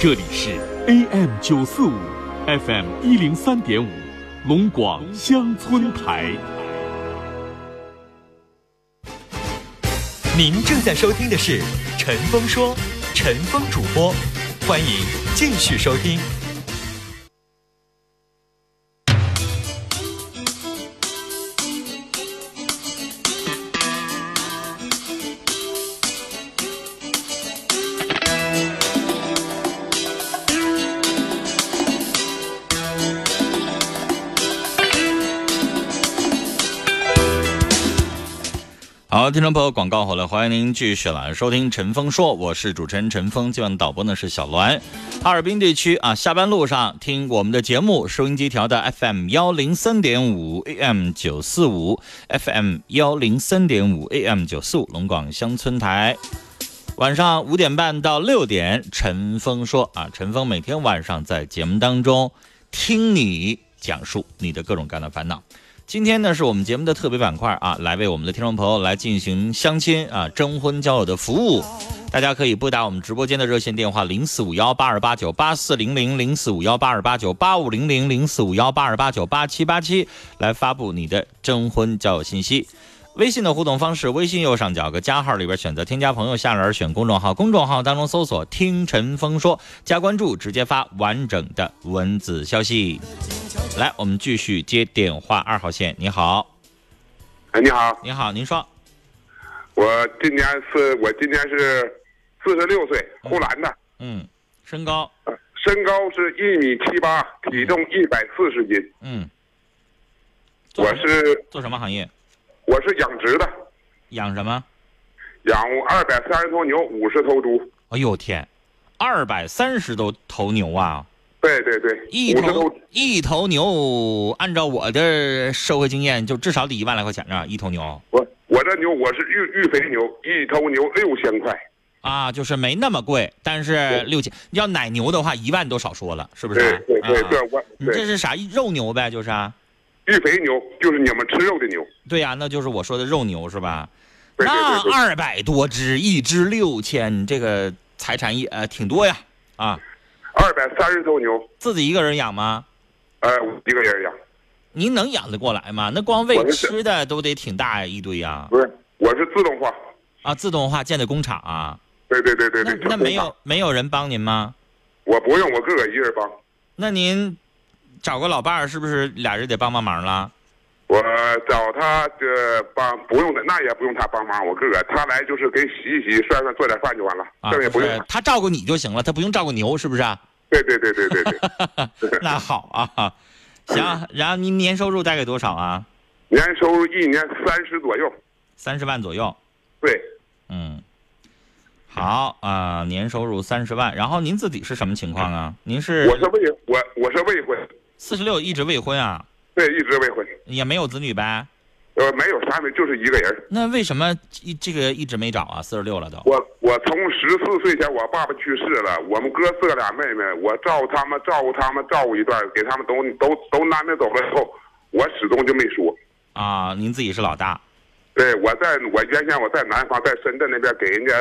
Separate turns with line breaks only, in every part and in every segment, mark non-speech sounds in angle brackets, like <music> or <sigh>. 这里是 AM 九四五 FM 一零三点五，龙广乡村台。
您正在收听的是《陈峰说》，陈峰主播，欢迎继续收听。
好，听众朋友，广告好了，欢迎您继续来收听《陈峰说》，我是主持人陈峰，今晚导播呢是小栾。哈尔滨地区啊，下班路上听我们的节目，收音机调到 FM 幺零三点五 AM 九四五 FM 幺零三点五 AM 九四五龙广乡村台。晚上五点半到六点，陈峰说啊，陈峰每天晚上在节目当中听你讲述你的各种各样的烦恼。今天呢是我们节目的特别板块啊，来为我们的听众朋友来进行相亲啊、征婚交友的服务。大家可以拨打我们直播间的热线电话零四五幺八二八九八四零零零四五幺八二八九八五零零零四五幺八二八九八七八七来发布你的征婚交友信息。微信的互动方式，微信右上角有个加号里边选择添加朋友，下栏选公众号，公众号当中搜索“听陈峰说”，加关注，直接发完整的文字消息。来，我们继续接电话，二号线，你好，
哎，你好，
你好，您说，
我今年是我今年是四十六岁，呼兰的，
嗯，身高，
身高是一米七八，体重一百四十斤。
嗯，做
我
什么
是
做什么行业？
我是养殖的，
养什么？
养二百三十头牛，五十头猪。
哎呦天，二百三十头头牛啊！
对对对，
一
五十头
头一头牛，按照我的社会经验，就至少得一万来块钱呢。一头牛
我我这牛我是育育肥牛，一头牛六千块。
啊，就是没那么贵，但是
对
六千。要奶牛的话，一万都少说了，是不是
对
啊？
对对
啊
对，我
你这
对
是啥肉牛呗？就是啊，
育肥牛就是你们吃肉的牛。
对呀、那就是我说的肉牛是吧？
对对对
那
对
二百多只，一只六千，这个财产也呃挺多呀啊！
二百三十头牛，
自己一个人养吗？
呃，我一个人养。
您能养得过来吗？那光喂
我是
吃的都得挺大一堆呀、
不是，我是自动化。
啊！自动化建的工厂啊，
对对对对
那
对，
那没有，没有人帮您吗？
我不用，我自个儿一人帮。
那您找个老伴儿，是不是俩人得帮帮忙了？
我找他这帮不用的，那也不用他帮忙，我自个儿他来就是给洗一洗、涮涮、做点饭就完了，
啊，
这个也不
不
用
是。，他照顾你就行了，他不用照顾牛，是不是啊？ <laughs>
对对对对对对，
那好啊，
<laughs>
行，然后您年收入大概多少啊？
年收入一年三十左右。
三十万左右，
对，
嗯，好啊、年收入三十万。然后您自己是什么情况啊？您是
我是未我我是未婚，
四十六，一直未婚啊，
对，一直未婚，
也没有子女呗？
呃，没有啥没，就是一个人儿。
那为什么一这个一直没找啊？四十六了都。
我我从十四岁前，我爸爸去世了，我们哥四个俩妹妹，我照顾他们，照顾他们，照顾一段，给他们都都都安排走了以后，我始终就没说。
啊，您自己是老大
对，我在我原先我在南方，在深圳那边给人家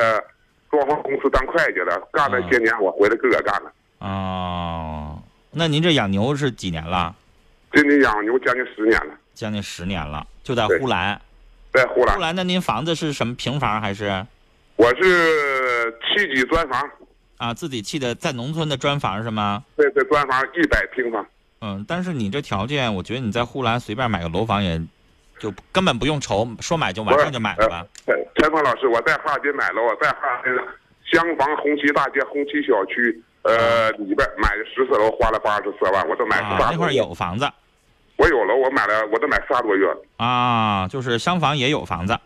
装潢公司当会计了，干了些年，我回来自个儿干了。
哦。那您这养牛是几年了？
今年养牛将近十年了，
将近十年了，就在
对
呼兰。
在呼兰
呼，兰，那您房子是什么平房还是
我是七几砖房，
啊自己砌的，在农村的砖房是吗？
这这砖房一百平方，
嗯，但是你这条件，我觉得你在呼兰随便买个楼房也，就根本不用愁，说买就马
不是
上就买了吧？
呃陈峰老师，我在哈尔滨买楼，我在哈尔滨香坊红旗大街红旗小区，呃，里边买的十四楼，花了八十四万，我都买
啊，
仨
那
多
块儿
月。
有房子
我有楼，我买了，我都买仨多月了。
啊，就是厢房也有房子。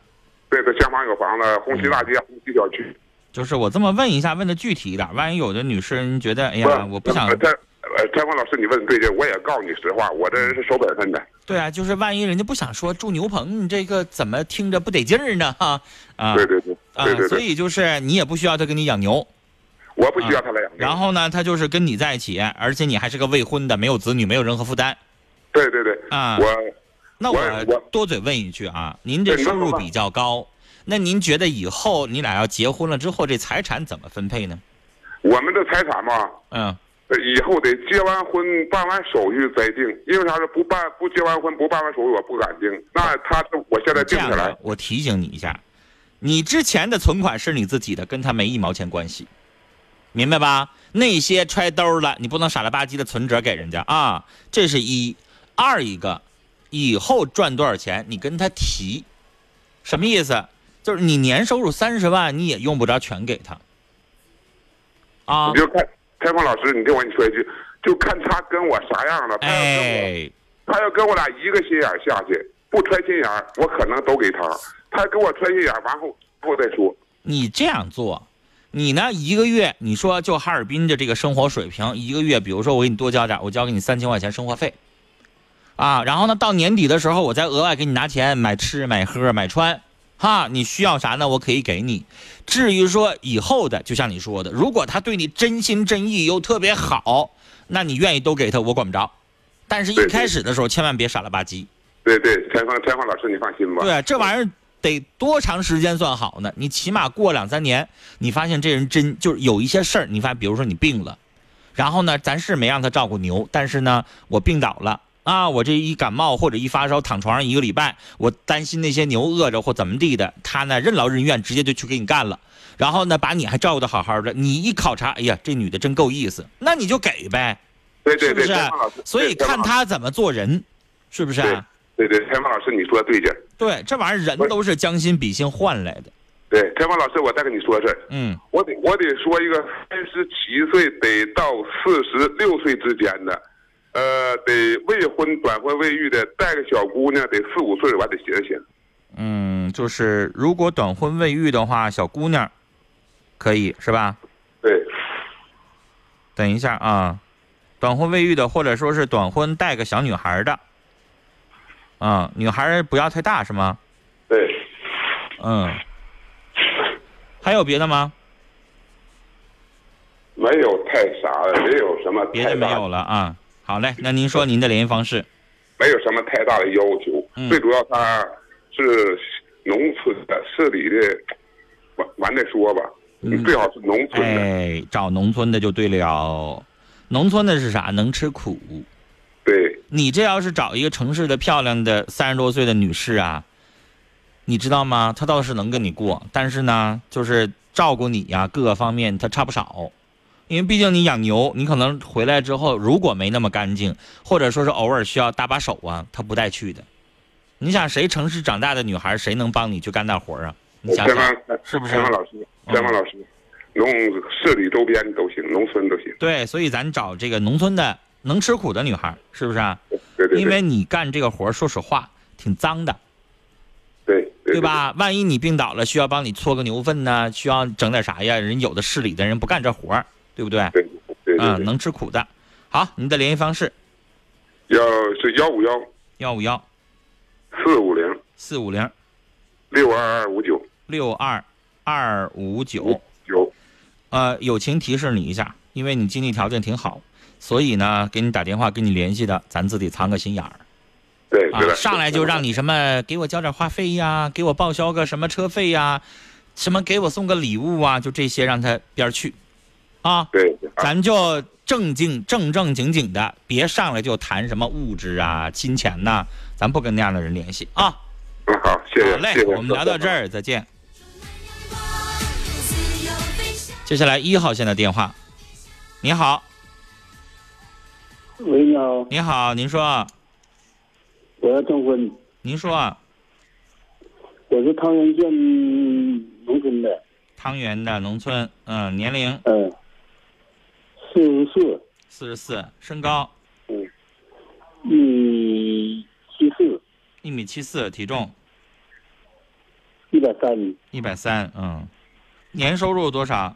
对，这香坊有房子，红旗大
嗯
街红旗小区。
就是我这么问一下，问的具体一点，万一有的女士您觉得，哎
不
呀，我不想
呃陈呃，陈峰老师，你问对这，我也告诉你实话，我这人是守本分的。
对啊，就是万一人家不想说住牛棚，你这个怎么听着不得劲儿呢？哈啊
对对对，
啊
对对，
所
对，
以就是你也不需要他跟你养牛，
我不需要他来养。
然，后呢，他就是跟你在一起，而且你还是个未婚的，没有子女，没有任何负担
对对对，
啊。
我
那
我我
多嘴问一句啊，您这
对
收入
你说吧
比较高，那您觉得以后你俩要结婚了之后，这财产怎么分配呢？
我们的财产嘛，
嗯，
呃以后得结完婚办完手续再定，因为啥是不办不结完婚不办完手续我不敢定。那他这我现在
这
定
样
下来
的，，我提醒你一下，你之前的存款是你自己的，跟他没一毛钱关系，明白吧？那些揣兜了，你不能傻了吧唧的存折给人家啊，这是一。二一个，以后赚多少钱你跟他提，什么意思？就是你年收入三十万，你也用不着全给他，啊
你，就看开放老师，你听我跟你说一句，就看他跟我啥样了。他要跟我
哎。
他要跟我俩一个心眼儿下去，不揣心眼儿，我可能都给他。他跟我揣心眼儿，完后后再说。
你这样做，你呢一个月，你说就哈尔滨的这个生活水平，一个月，比如说我给你多交点，我交给你三千块钱生活费，啊，然后呢到年底的时候，我再额外给你拿钱买吃买喝买穿，哈，你需要啥呢？我可以给你。至于说以后的，就像你说的，如果他对你真心真意又特别好，那你愿意都给他，我管不着。但是，一
对对
开始的时候千万别傻了吧唧。
对对，陈芳陈芳老师，你放心吧。
对，啊这玩意儿得多长时间算好呢？你起码过两三年，你发现这人真就是有一些事儿，你发现比如说你病了，然后呢，咱是没让他照顾牛，但是呢，我病倒了。啊，我这一感冒或者一发烧，躺床上一个礼拜，我担心那些牛饿着或怎么地的，他呢任劳任怨，直接就去给你干了，然后呢把你还照顾的好好的，你一考察，哎呀，这女的真够意思，那你就给呗，
对对
是不
对，
是啊
陈芳老师。？
所以
对
看。他怎么做人，是不是啊？
对对，陈芳老师，你说对劲儿。
对，这玩意儿人
不是
都是将心比心换来的。
对，陈芳老师，我再跟你说事儿。
嗯，
我得我得说一个三十七岁得到四十六岁之间的，呃，得未婚短婚未育的，带个小姑娘得四五岁，我还得寻思寻思。
嗯，就是如果短婚未育的话，小姑娘可以是吧？
对，
等一下啊，短婚未育的，或者说是短婚带个小女孩的，啊，女孩儿不要太大是吗？
对，
嗯，还有别的吗？
没有太啥的，没有什么
别
太
的没
大
有了啊。好嘞，那您说您的联系方式？
没有什么太大的要求，
嗯
最主要他是农村的、市里的，完完再说吧。
嗯
你最好是农村的，
哎，找农村的就对了。农村的是啥？能吃苦。
对
你这要是找一个城市的漂亮的三十多岁的女士啊，你知道吗？她倒是能跟你过，但是呢，就是照顾你呀、各个方面她差不少。因为毕竟你养牛，你可能回来之后如果没那么干净，或者说是偶尔需要搭把手啊，她不带去的。你想谁城市长大的女孩，谁能帮你去干那活儿啊？你想
陈
想，
芳
是嗯不是
陈芳老师，陈芳老师，农市里周边都行，农村都行。
对，所以咱找这个农村的能吃苦的女孩，是不是啊？
对对
因为
对
你干这个活儿，说实话挺脏的。
对
对？吧？万一你病倒了，需要帮你搓个牛粪呢，需要整点啥呀？人有的市里的人不干这活儿，对不对？
对对对
嗯，
对，
能吃苦的。好，你的联系方式
要是幺五幺
幺五幺
四五零
四五零
六二二五九
六二二五九。
九，嗯
呃，友情提示你一下，因为你经济条件挺好，所以呢，给你打电话跟你联系的，咱自己藏个心眼儿
对对
啊，
了，
上来就让你什么给我交点话费呀，给我报销个什么车费呀，什么给我送个礼物啊，就这些让他边儿去，啊。
对，对啊
咱就正经正正经经的，别上来就谈什么物质啊、金钱呐、咱不跟那样的人联系啊。
嗯好，谢谢
好嘞
谢谢，
我们聊到这儿，再见。
自由飞翔。
接下来一号线的电话，你好，
喂，你好，
你好，您说，
我要征婚，
您说，
我是汤原县农村的，
汤原的农村，嗯，年龄
嗯、四十四，
四十四，身高
一米七四，
一米七四，体重
一百三，
一百三，嗯，年收入多少？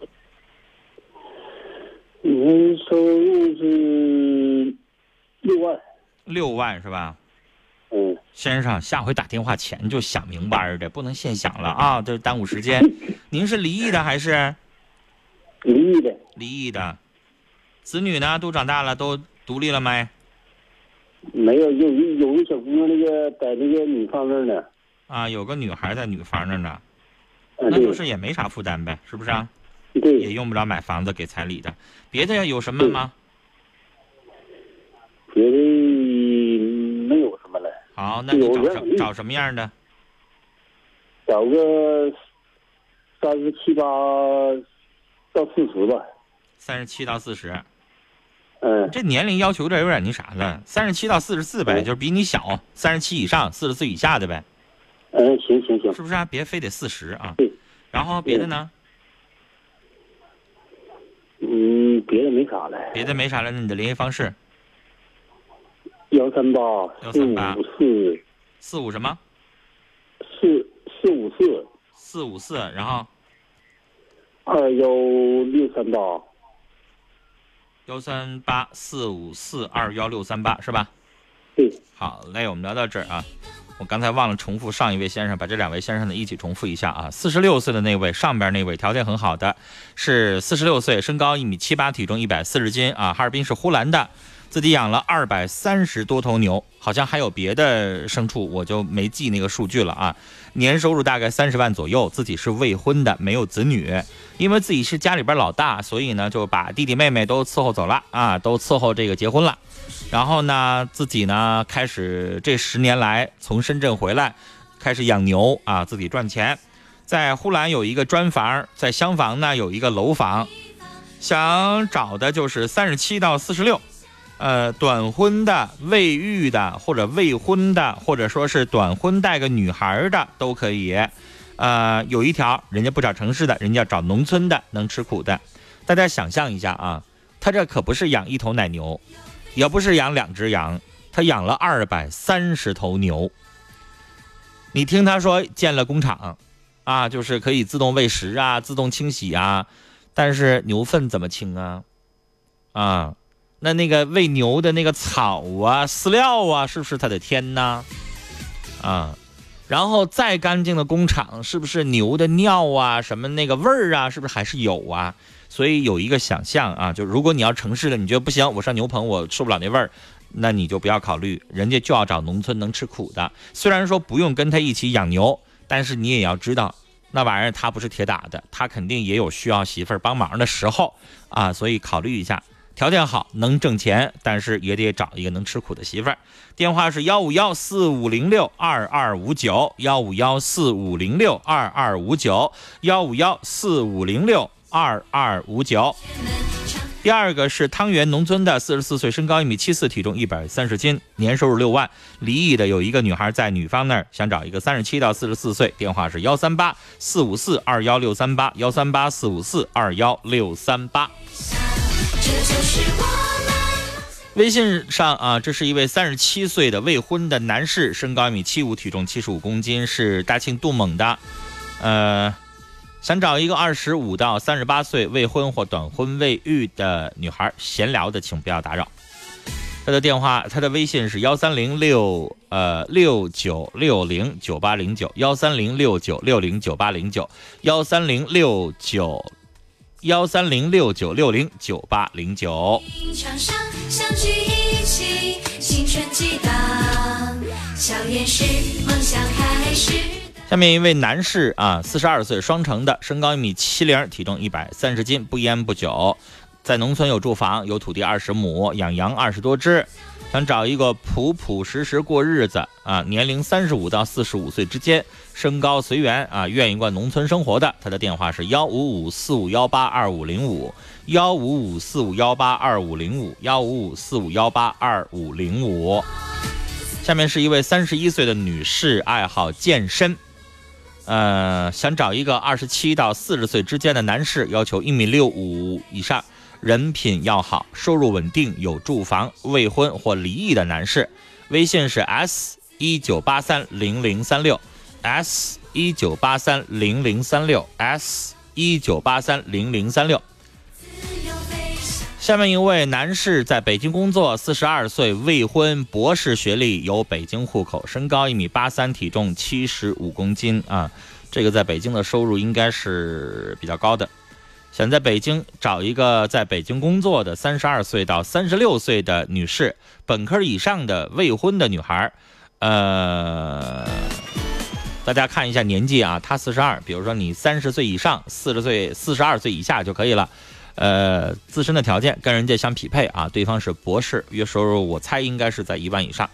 年收入是六万，
六万是吧？
嗯，
先生，下回打电话前就想明白儿的，不能现想了
<laughs>
啊，这耽误时间。您是离异的还是
离异的，
离异的？子女呢？都长大了，都独立了没？
没有有一有个小姑娘那个在那个女方那儿呢，
啊，有个女孩在女方那儿呢，
啊
那
对，
就是也没啥负担呗，是不是啊？也
对，
用不着买房子给彩礼的。别的有什么吗？
别的没有什么了，
好，那你
有嗯
找
人
什找什么样的？
找个三十七八到四十吧，
三十七到四十，
嗯，
这年龄要求这有点那啥了，三十七到四十四呗，
嗯
就是比你小，三十七以上，四十岁以下的呗，
嗯，行行行，
是不是啊？别非得四十啊
对。
然后别的呢？
嗯，别的没啥了，
别的没啥了，那你的联系方式
幺三八四
138
五四
四五什么
四四五四
四五四，然后
二幺六三八，
幺三八四五四二幺六三八是吧？
对，
好嘞，我们聊到这儿啊。我刚才忘了重复上一位先生，把这两位先生的一起重复一下啊。四十六岁的那位，上边那位条件很好的，是四十六岁，身高一米七八，体重一百四十斤啊，哈尔滨是呼兰的，自己养了二百三十多头牛，好像还有别的牲畜，我就没记那个数据了啊。年收入大概三十万左右，自己是未婚的，没有子女，因为自己是家里边老大，所以呢就把弟弟妹妹都伺候走了啊，都伺候这个结婚了。然后呢，自己呢开始这十年来从深圳回来，开始养牛啊，自己赚钱。在呼兰有一个砖房，在厢房呢有一个楼房，想找的就是三十七到四十六，呃，短婚的、未育的，或者未婚的，或者说是短婚带个女孩的都可以。呃，有一条，人家不找城市的，人家找农村的，能吃苦的。大家想象一下啊，他这可不是养一头奶牛，也不是养两只羊，他养了二百三十头牛。你听他说建了工厂，啊，就是可以自动喂食啊，自动清洗啊，但是牛粪怎么清啊？啊，那那个喂牛的那个草啊、饲料啊，是不是他的天呐？啊，然后再干净的工厂，是不是牛的尿啊、什么那个味儿啊，是不是还是有啊？所以有一个想象啊，就如果你要城市的，你觉得不行，我上牛棚我受不了那味儿，那你就不要考虑，人家就要找农村能吃苦的。虽然说不用跟他一起养牛，但是你也要知道，那玩意儿他不是铁打的，他肯定也有需要媳妇儿帮忙的时候啊，所以考虑一下。条件好，能挣钱，但是也得找一个能吃苦的媳妇儿。电话是幺五幺四五零六二二五九，幺五幺四五零六二二五九，幺五幺四五零六二二五九。第二个是汤原农村的，四十四岁，身高一米七四，体重一百三十斤，年收入六万。离异的有一个女孩在女方那儿，想找一个三十七到四十四岁，电话是幺三八四五四二幺六三八，幺三八四五四二幺六三八。微信上啊，这是一位三十七岁的未婚的男士，身高一米七五，体重七十五公斤，是大庆杜猛的，呃，想找一个二十五到三十八岁未婚或短婚未育的女孩，闲聊的请不要打扰。他的电话，他的微信是幺三零六呃六九六零九八零九幺三零六九六零九八零九幺三零六九幺三零六九六零九八零九。
场上相聚一起，青春激荡，校园是梦想开始。
下面一位男士啊，四十二岁，双城的，身高一米七零，体重一百三十斤，不烟不酒，在农村有住房，有土地二十亩，养羊二十多只，想找一个朴朴实实过日子啊，年龄三十五到四十五岁之间，身高随缘啊，愿意过农村生活的，他的电话是幺五五四五幺八二五零五，幺五五四五幺八二五零五，幺五五四五幺八二五零五。下面是一位三十一岁的女士，爱好健身。呃，想找一个二十七到四十岁之间的男士，要求一米六五以上，人品要好，收入稳定，有住房，未婚或离异的男士。微信是 s 一九八三零零三六，s 一九八三零零三六，s 一九八三零零三六。下面一位男士在北京工作，四十二岁，未婚，博士学历，有北京户口，身高一米八三，体重七十五公斤啊。这个在北京的收入应该是比较高的。想在北京找一个在北京工作的三十二岁到三十六岁的女士，本科以上的未婚的女孩儿，呃，大家看一下年纪啊，他四十二，比如说你三十岁以上，四十岁、四十二岁以下就可以了。呃，自身的条件跟人家相匹配啊，对方是博士，月收入我猜应该是在一万以上。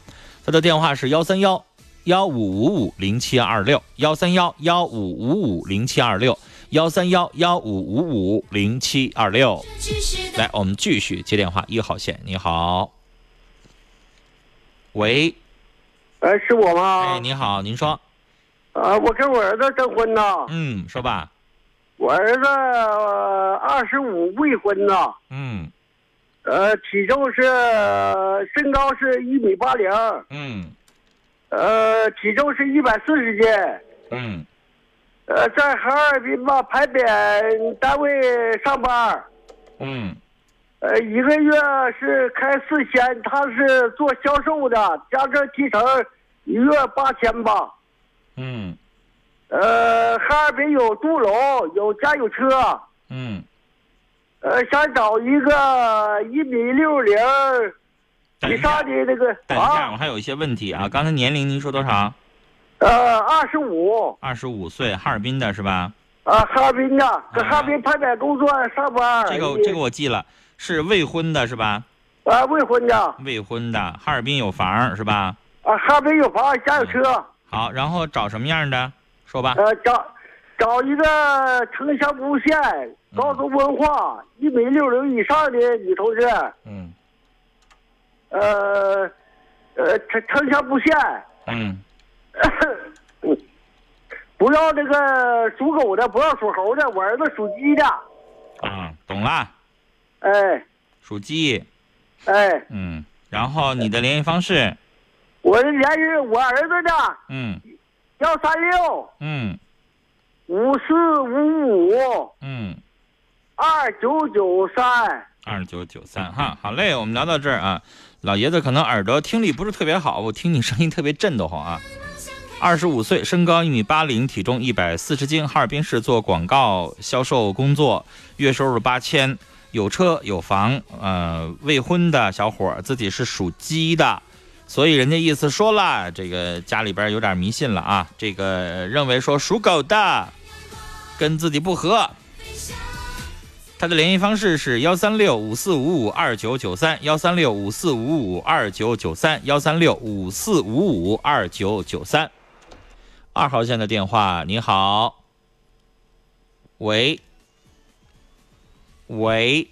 他的电话是幺三幺幺五五五零七二六，幺三幺幺五五五零七二六，幺三幺幺五五五零七二六。
只是的
来，我们继续接电话，一号线，你好。喂，
哎，是我吗
哎，？你好，您说，
啊，我跟我儿子征婚呐，
嗯，说吧，
我儿子呃二十五未婚呐，
嗯
呃，体重是呃身高是一米八零，
嗯
呃，体重是一百四十斤，
嗯
呃，在哈尔滨吧牌匾单位上班，
嗯
呃，一个月是开四千，他是做销售的，加这提成一月八千吧。
嗯
呃，哈尔滨有杜龙，有家有车。
嗯，
呃，想找一个一米六零
等一
以
下
上，的那个
等一下，我
啊，
还有一些问题啊。刚才年龄您说多少？
呃，二十五，
二十五岁，哈尔滨的是吧？
啊，哈尔滨的，搁哈尔滨拍板工作上班。
这个
也
这个我记了，是未婚的是吧？
啊，未婚的，啊，
未婚的，哈尔滨有房儿是吧？
哈尔滨有房，家有车，
嗯好，然后找什么样的？说吧。
呃，找找一个城乡不限、高中文化、一米六零以上的女同志，
嗯
呃，呃，城城乡不限，
嗯
不要那个属狗的，不要属猴的，我儿子属鸡的，
啊，懂了，
哎
属鸡。
哎。
嗯，然后你的联系方式，
我的联系是我儿子的
嗯
幺三六
嗯
五四五五
嗯，
二九九三。
二九九三哈，好嘞，我们聊到这儿啊。老爷子可能耳朵听力不是特别好，我听你声音特别震得慌啊。二十五岁，身高一米八零，体重一百四十斤，哈尔滨市做广告销售工作，月收入八千，有车有房，呃，未婚的小伙儿，自己是属鸡的，所以人家意思说了，这个家里边有点迷信了啊，这个认为说属狗的跟自己不合。他的联系方式是幺三六五四五五二九九三，幺三六五四五五二九九三，幺三六五四五五二九九三。二号线的电话，你好，喂，喂，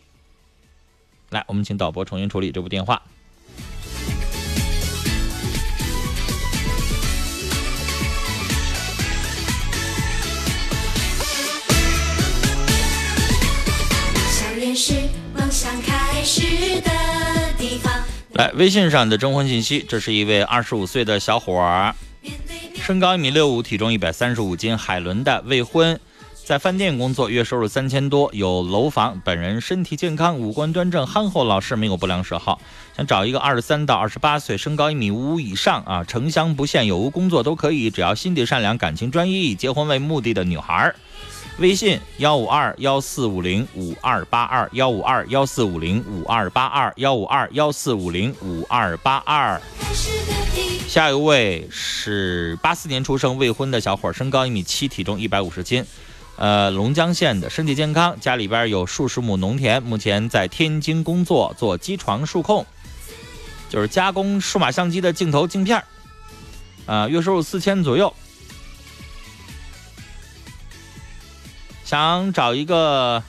来，我们请导播重新处理这部电话。
校园是梦想开始的地方。
来，微信上的征婚信息，这是一位二十五岁的小伙儿，
面对面
身高一米六五，体重一百三十五斤，海伦的，未婚，在饭店工作，月收入三千多，有楼房，本人身体健康，五官端正，憨厚老实，没有不良嗜好，想找一个二十三到二十八岁，身高一米五五以上啊，城乡不限，有无工作都可以，只要心地善良，感情专一，以结婚为目的的女孩儿。微信幺五二幺四五零五二八二幺五二幺四五零五二八二幺五二幺四五零五二八二。
开始的地
下一位是八四年出生未婚的小伙儿，身高一米七，体重一百五十斤，呃，龙江县的，身体健康，家里边有数十亩农田，目前在天津工作，做机床数控，就是加工数码相机的镜头镜片儿，呃，月收入四千左右。想找一个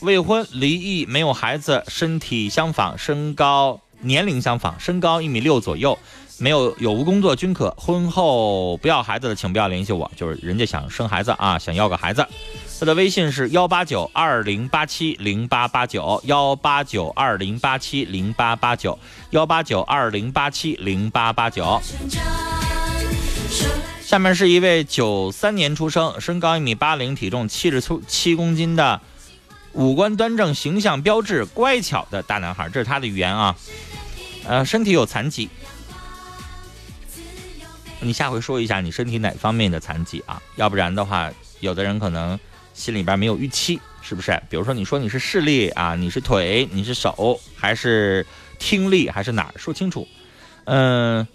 未婚、离异、没有孩子，身体相仿，身高年龄相仿，身高一米六左右，没有有无工作均可。婚后不要孩子的，请不要联系我，就是人家想生孩子啊，想要个孩子。他的微信是幺八九二零八七零八八九幺八九二零八七零八八九幺八九二零八七零八八九。
成长，手拉手
下面是一位九三年出生，身高一米八零，体重七十出七公斤的，五官端正，形象标致，乖巧的大男孩，这是他的语言啊。呃，身体有残疾，
自由飞
你下回说一下你身体哪方面的残疾啊，要不然的话，有的人可能心里边没有预期，是不是？比如说你说你是视力啊，你是腿，你是呃手，还是听力，还是哪儿？说清楚。嗯、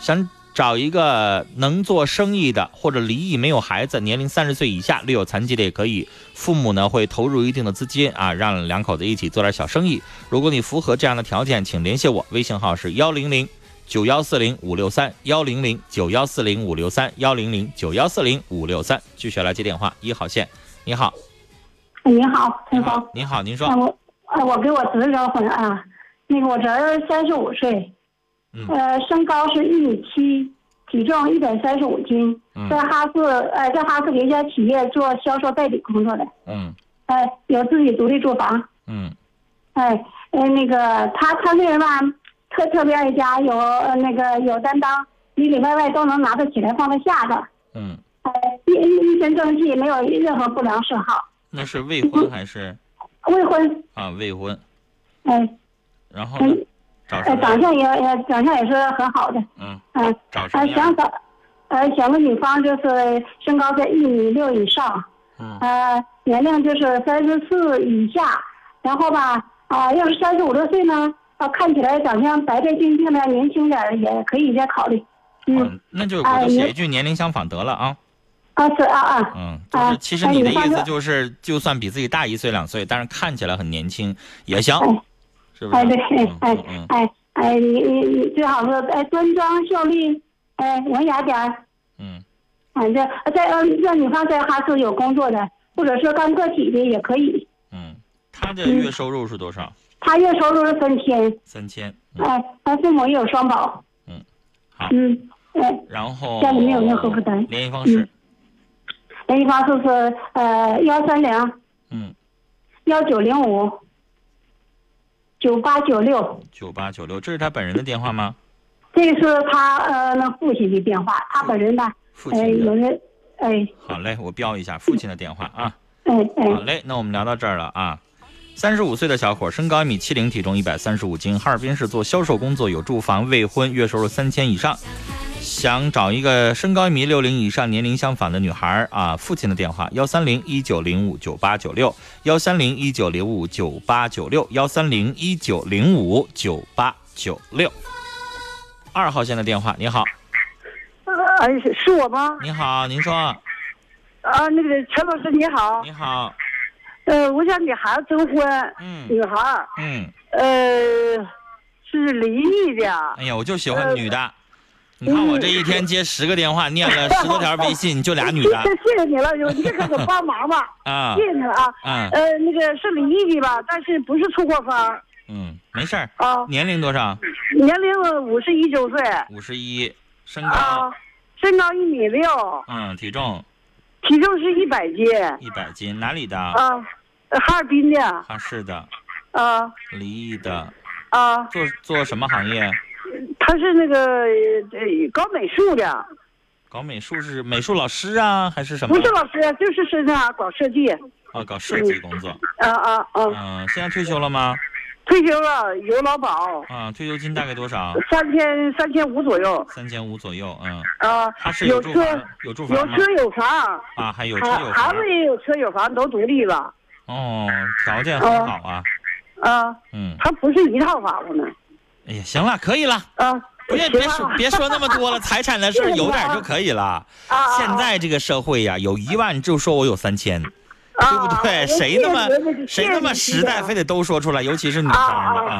想找一个能做生意的，或者离异没有孩子，年龄三十岁以下，略有残疾的也可以。父母呢会投入一定的资金啊，让两口子一起做点小生意。如果你符合这样的条件，请联系我，微信号是幺零零九幺四零五六三幺零零九幺四零五六三幺零零九幺四零五六三。继续来接电话，一号线，你好，
你好，陈峰。
你好，您
哎，
说，
我哎，我给我侄子招婚啊，那个我侄儿三十五岁，
嗯
呃，身高是一米七，体重一百三十五斤，
嗯
在哈市呃在哈市别家企业做销售代理工作的，
嗯
哎、有自己独立住房，
嗯
哎、呃那个他他这人吧，特特别爱家，有呃那个有担当，里里外外都能拿得起来放得下的，
嗯，
哎、一一一身正气，没有任何不良嗜好，
那是未婚还是
未婚，
啊未婚？
哎、
然后呢
嗯？
找什
呃，
么样？
长相也也长相也是很好的，
嗯，
嗯，
找什么
呃，
样
想？找，呃，选个女方就是身高在一米六以上，
嗯
呃，年龄就是三十四以下，然后吧，啊、要是三十五六岁呢，啊、看起来长相白白净净的，年轻点儿也可以再考虑。嗯，
嗯，那就我
哎
就
你
写一句年龄相仿得了啊。
啊是啊啊，
嗯，就是
哎
其实
哎
你
你
的
发
意思
个
就是，就算比自己大一岁两岁，但是看起来很年轻也行，是不是？
哎对，
嗯
哎
嗯嗯
哎哎，你你你最好是哎端庄秀丽，哎文雅点儿，
嗯
反正在呃让女方在哈市有工作的，或者说干个体的也可以。
嗯，他的月收入是多少？
他月收入是分天，
三千。嗯
哎、他父母也有双保。
嗯，好
嗯，哎，
然后
家里没有任何负担嗯
联系方式，
联系方式是呃幺三零
嗯，
幺九零五九八九六，
九八九六，这是他本人的电话吗？
这个是他呃那父亲的电话，他本人吧，
父
哎
亲
有
的。
人，哎
好嘞，我标一下父亲的电话啊。好
哎哎，
嘞，那我们聊到这儿了啊。三十五岁的小伙，身高一米七零，体重一百三十五斤，哈尔滨市做销售工作，有住房，未婚，月收入三千以上，想找一个身高一米六零以上、年龄相仿的女孩儿啊。父亲的电话：幺三零一九零五九八九六，幺三零一九零五九八九六，幺三零一九零五九八九六。二号线的电话，你好，
哎，是是我吗？
你好，您说，
啊，那个陈老师你好，
你好，
呃，我想给孩子征婚，
嗯
女孩儿，
嗯，
呃，是离异的，
哎呀，我就喜欢女的。
嗯
你看我这一天接十个电话，念了
<laughs>
十多条微信，就俩女的
谢谢你了，有你这个我帮忙吧，
<laughs> 啊
谢谢你了啊。
啊
呃，那个是离异的吧，但是不是处过分儿
嗯，没事儿。
啊，
年龄多少？
年龄五十一周岁
五十一，身
啊
高，，
身高一米六，
嗯，体重
体重是一百斤
一百斤，哪里的？
啊，哈尔滨的
哈市的，
啊
离异的，
啊，
做做什么行业？
他是那个呃搞美术
啊
的，
搞美术是美术老师啊，还是什么
不？是老师，就是是那搞设计，
哦，搞设计工作。
啊啊啊，
嗯，现在退休了吗？
退休了有劳保，
啊，退休金大概多少？
三千三千五左右
三千五左右。嗯，
啊
他，是
有
住
车
房，有住
有
房吗？
车有房，
啊，还有车
孩
有
孩
房。
子也有车有房，都独立了
哦，条件很好啊。
啊，
嗯，
他不是一套房子呢
哎呀，行了，可以了，
啊，
不是
行
别
了
说别说那么多了，
<laughs>
财产的事儿有点儿就可以了。
啊啊啊
现在这个社会呀、有一万就说我有三千，对
啊
不对？
我
谁
谢
那
谢
么
您谢谢
谁那么
您
实在，
谢谢
非得都说出来，尤其是女方的
啊
啊。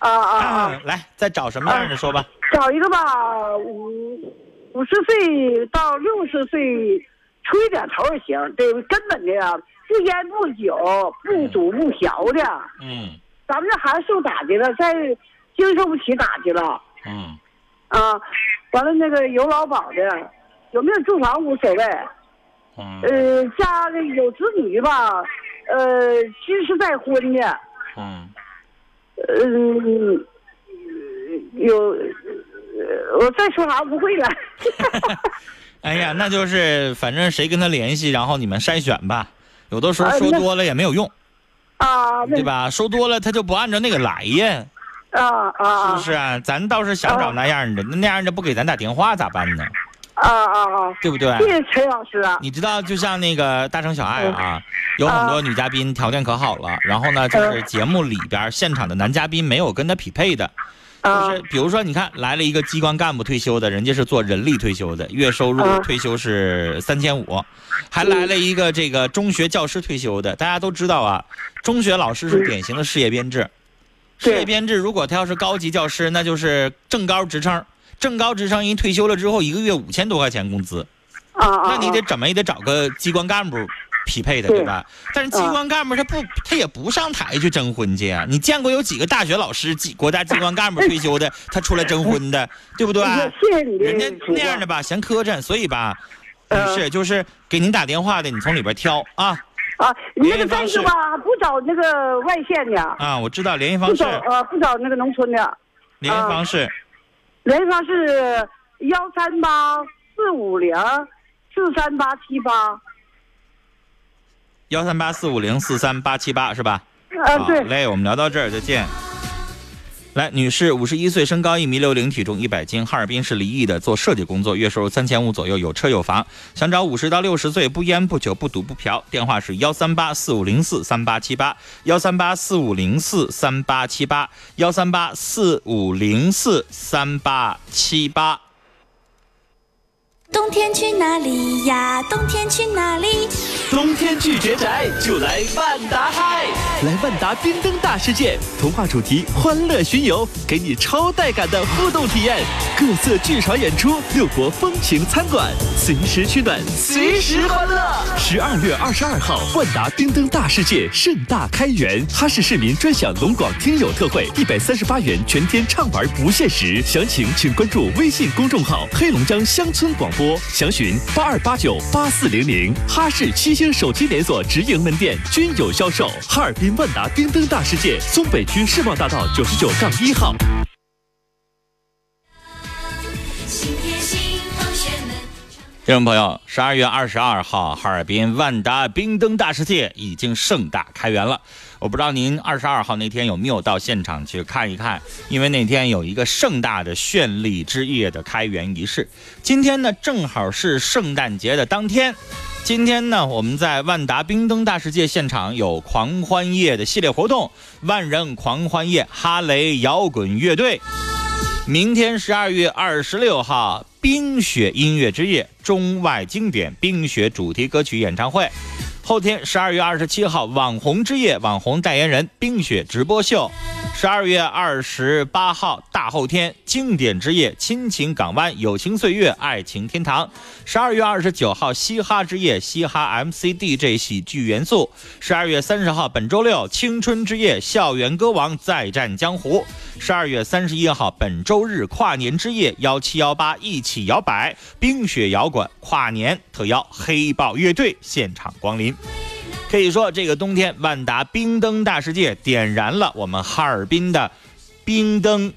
啊啊啊
啊，来，再找什么样的说吧。
找一个吧，五五十岁到六十岁，出一点头儿行，得根本的啊，不烟不酒，不赌不嫖的。
嗯
咱们这孩子受打击了，再经受不起打击了
嗯，
啊！完了，那个有劳保的，有没有住房无所谓。
嗯
呃，家里有子女吧，呃，其实再婚的，
嗯
嗯，有，呃我再说啥不会了。 <laughs>
哎呀，那就是反正谁跟他联系，然后你们筛选吧。有的时候
啊
说
那
多了也没有用，
啊，那
对吧？说多了他就不按照那个来呀。
啊
是
啊
不是啊？咱倒是想找那样的，那那样的不给咱打电话咋办呢？
啊啊啊！
对不对？
谢谢陈老师啊！
你知道，就像那个大城小爱啊，有很多女嘉宾条件可好了，然后呢，就是节目里边现场的男嘉宾没有跟她匹配的，
啊
就是比如说，你看来了一个机关干部退休的，人家是做人力退休的，月收入
啊
退休是三千五，还来了一个这个中学教师退休的。大家都知道啊，中学老师是典型的事业编制，事
对
业编制如果他要是高级教师，那就是正高职称，正高职称人退休了之后，一个月五千多块钱工资，
啊啊！
那你得
啊
怎么也得找个机关干部。匹配的
对嗯
对吧？但是机关干部他不，他也不上台去征婚去啊。你见过有几个大学老师、几国家机关干部退休的，他出来征婚的，对
<laughs>
不对？
谢谢你的
啊人家
指
那
教
样的吧，嫌磕碜，所以吧，
嗯
女士就是给您打电话的，你从里边挑啊
啊，你那
联
个
系方
再一个
式
吧，不找那个外县的，
啊！我知道联系
不
方式
找，呃不找那个农村的，
联
嗯
系方式
联系方是幺三八四五零四三八七八。
幺三八四五零四三八七八是吧？
啊，
好
对，
嘞，我们聊到这儿，再见。来，女士，五十一岁，身高一米六零，体重一百斤，哈尔滨市离邑的，做设计工作，月收入三千五左右，有车有房，想找五十到六十岁，不烟不酒不赌不嫖，电话是幺三八四五零四三八七八，幺三八四五零四三八七八，幺三八四五零四三八七八。
冬天去哪里呀？冬天去哪里？
冬天去绝宅就来万达嗨，来万达缤灯大世界，童话主题欢乐巡游，给你超带感的互动体验，各色剧场演出，六国风情餐馆，随时取暖，随时欢乐。十二月二十二号，万达缤灯大世界盛大开园，哈市市民专享龙广听友特惠一百三十八元全天畅玩不限时，详情请关注微信公众号“黑龙江乡村广播”，详询八二八九八四零零。哈市七星手机连锁直营门店均有销售，哈尔滨万达缤灯大世界松北区世贸大道九十九杠一号。
新贴心同学们。
听众朋友，十二月二十二号，哈尔滨万达冰灯大世界已经盛大开园了。我不知道您二十二号那天有没有到现场去看一看，因为那天有一个盛大的绚丽之夜的开园仪式。今天呢，正好是圣诞节的当天。今天呢，我们在万达冰灯大世界现场有狂欢夜的系列活动，万人狂欢夜，哈雷摇滚乐队。明天十二月二十六号，冰雪音乐之夜中外经典冰雪主题歌曲演唱会。后天十二月二十七号，网红之夜，网红代言人冰雪直播秀。十二月二十八号，大后天经典之夜，亲情港湾，友情岁月，爱情天堂。十二月二十九号，嘻哈之夜，嘻哈 MC DJ 喜剧元素。十二月三十号，本周六，青春之夜，校园歌王再战江湖。十二月三十一号，本周日跨年之夜，幺七幺八一起摇摆，冰雪摇滚跨年特邀黑豹乐队现场光临。可以说，这个冬天，万达冰灯大世界点燃了我们哈尔滨的冰灯、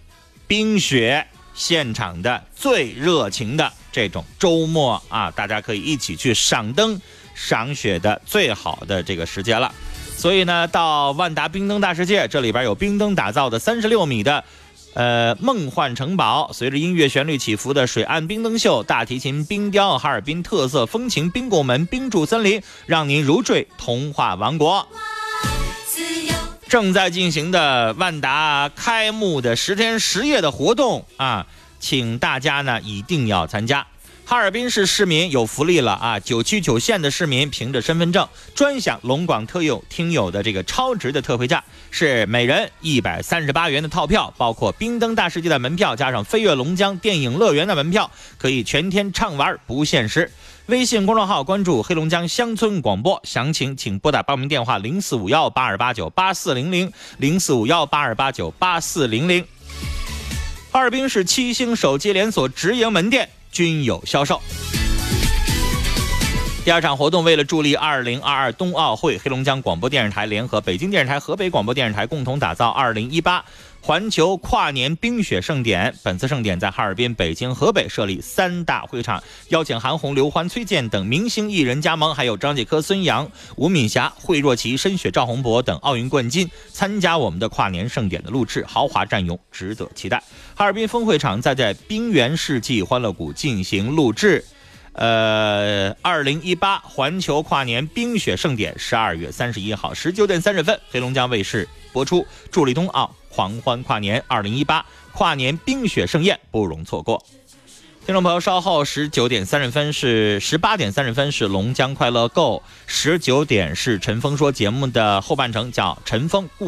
冰雪现场的最热情的这种周末啊，大家可以一起去赏灯、赏雪的最好的这个时节了。所以呢，到万达冰灯大世界，这里边有冰灯打造的三十六米的。呃，梦幻城堡随着音乐旋律起伏的水岸冰灯秀、大提琴冰雕、哈尔滨特色风情冰拱门、冰柱森林，让您如坠童话王国。
自由
正在进行的万达开幕的十天十夜的活动啊，请大家呢一定要参加。哈尔滨市市民有福利了啊！九区九县的市民凭着身份证专享龙广特有听友的这个超值的特惠价，是每人一百三十八元的套票，包括冰灯大世界的门票，加上飞跃龙江电影乐园的门票，可以全天畅玩不限时。微信公众号关注黑龙江乡村广播，详情请拨打报名电话零四五幺八二八九八四零零零四五幺八二八九八四零零。哈尔滨市七星手机连锁直营门店均有销售。第二场活动为了助力2022冬奥会，黑龙江广播电视台联合北京电视台、河北广播电视台共同打造2018环球跨年冰雪盛典。本次盛典在哈尔滨、北京、河北设立三大会场，邀请韩红、刘欢、崔健等明星艺人加盟，还有张继科、孙杨、吴敏霞、惠若琪、申雪、赵宏博等奥运冠军参加我们的跨年盛典的录制，豪华阵容值得期待。哈尔滨峰会场再在冰原世纪欢乐谷进行录制。呃，二零一八环球跨年冰雪盛典，十二月三十一号十九点三十分，黑龙江卫视播出。助力冬奥狂欢跨年二零一八跨年冰雪盛宴不容错过。听众朋友，稍后十九点三十分是十八点三十分是龙江快乐购，十九点是陈峰说节目的后半程叫陈峰故。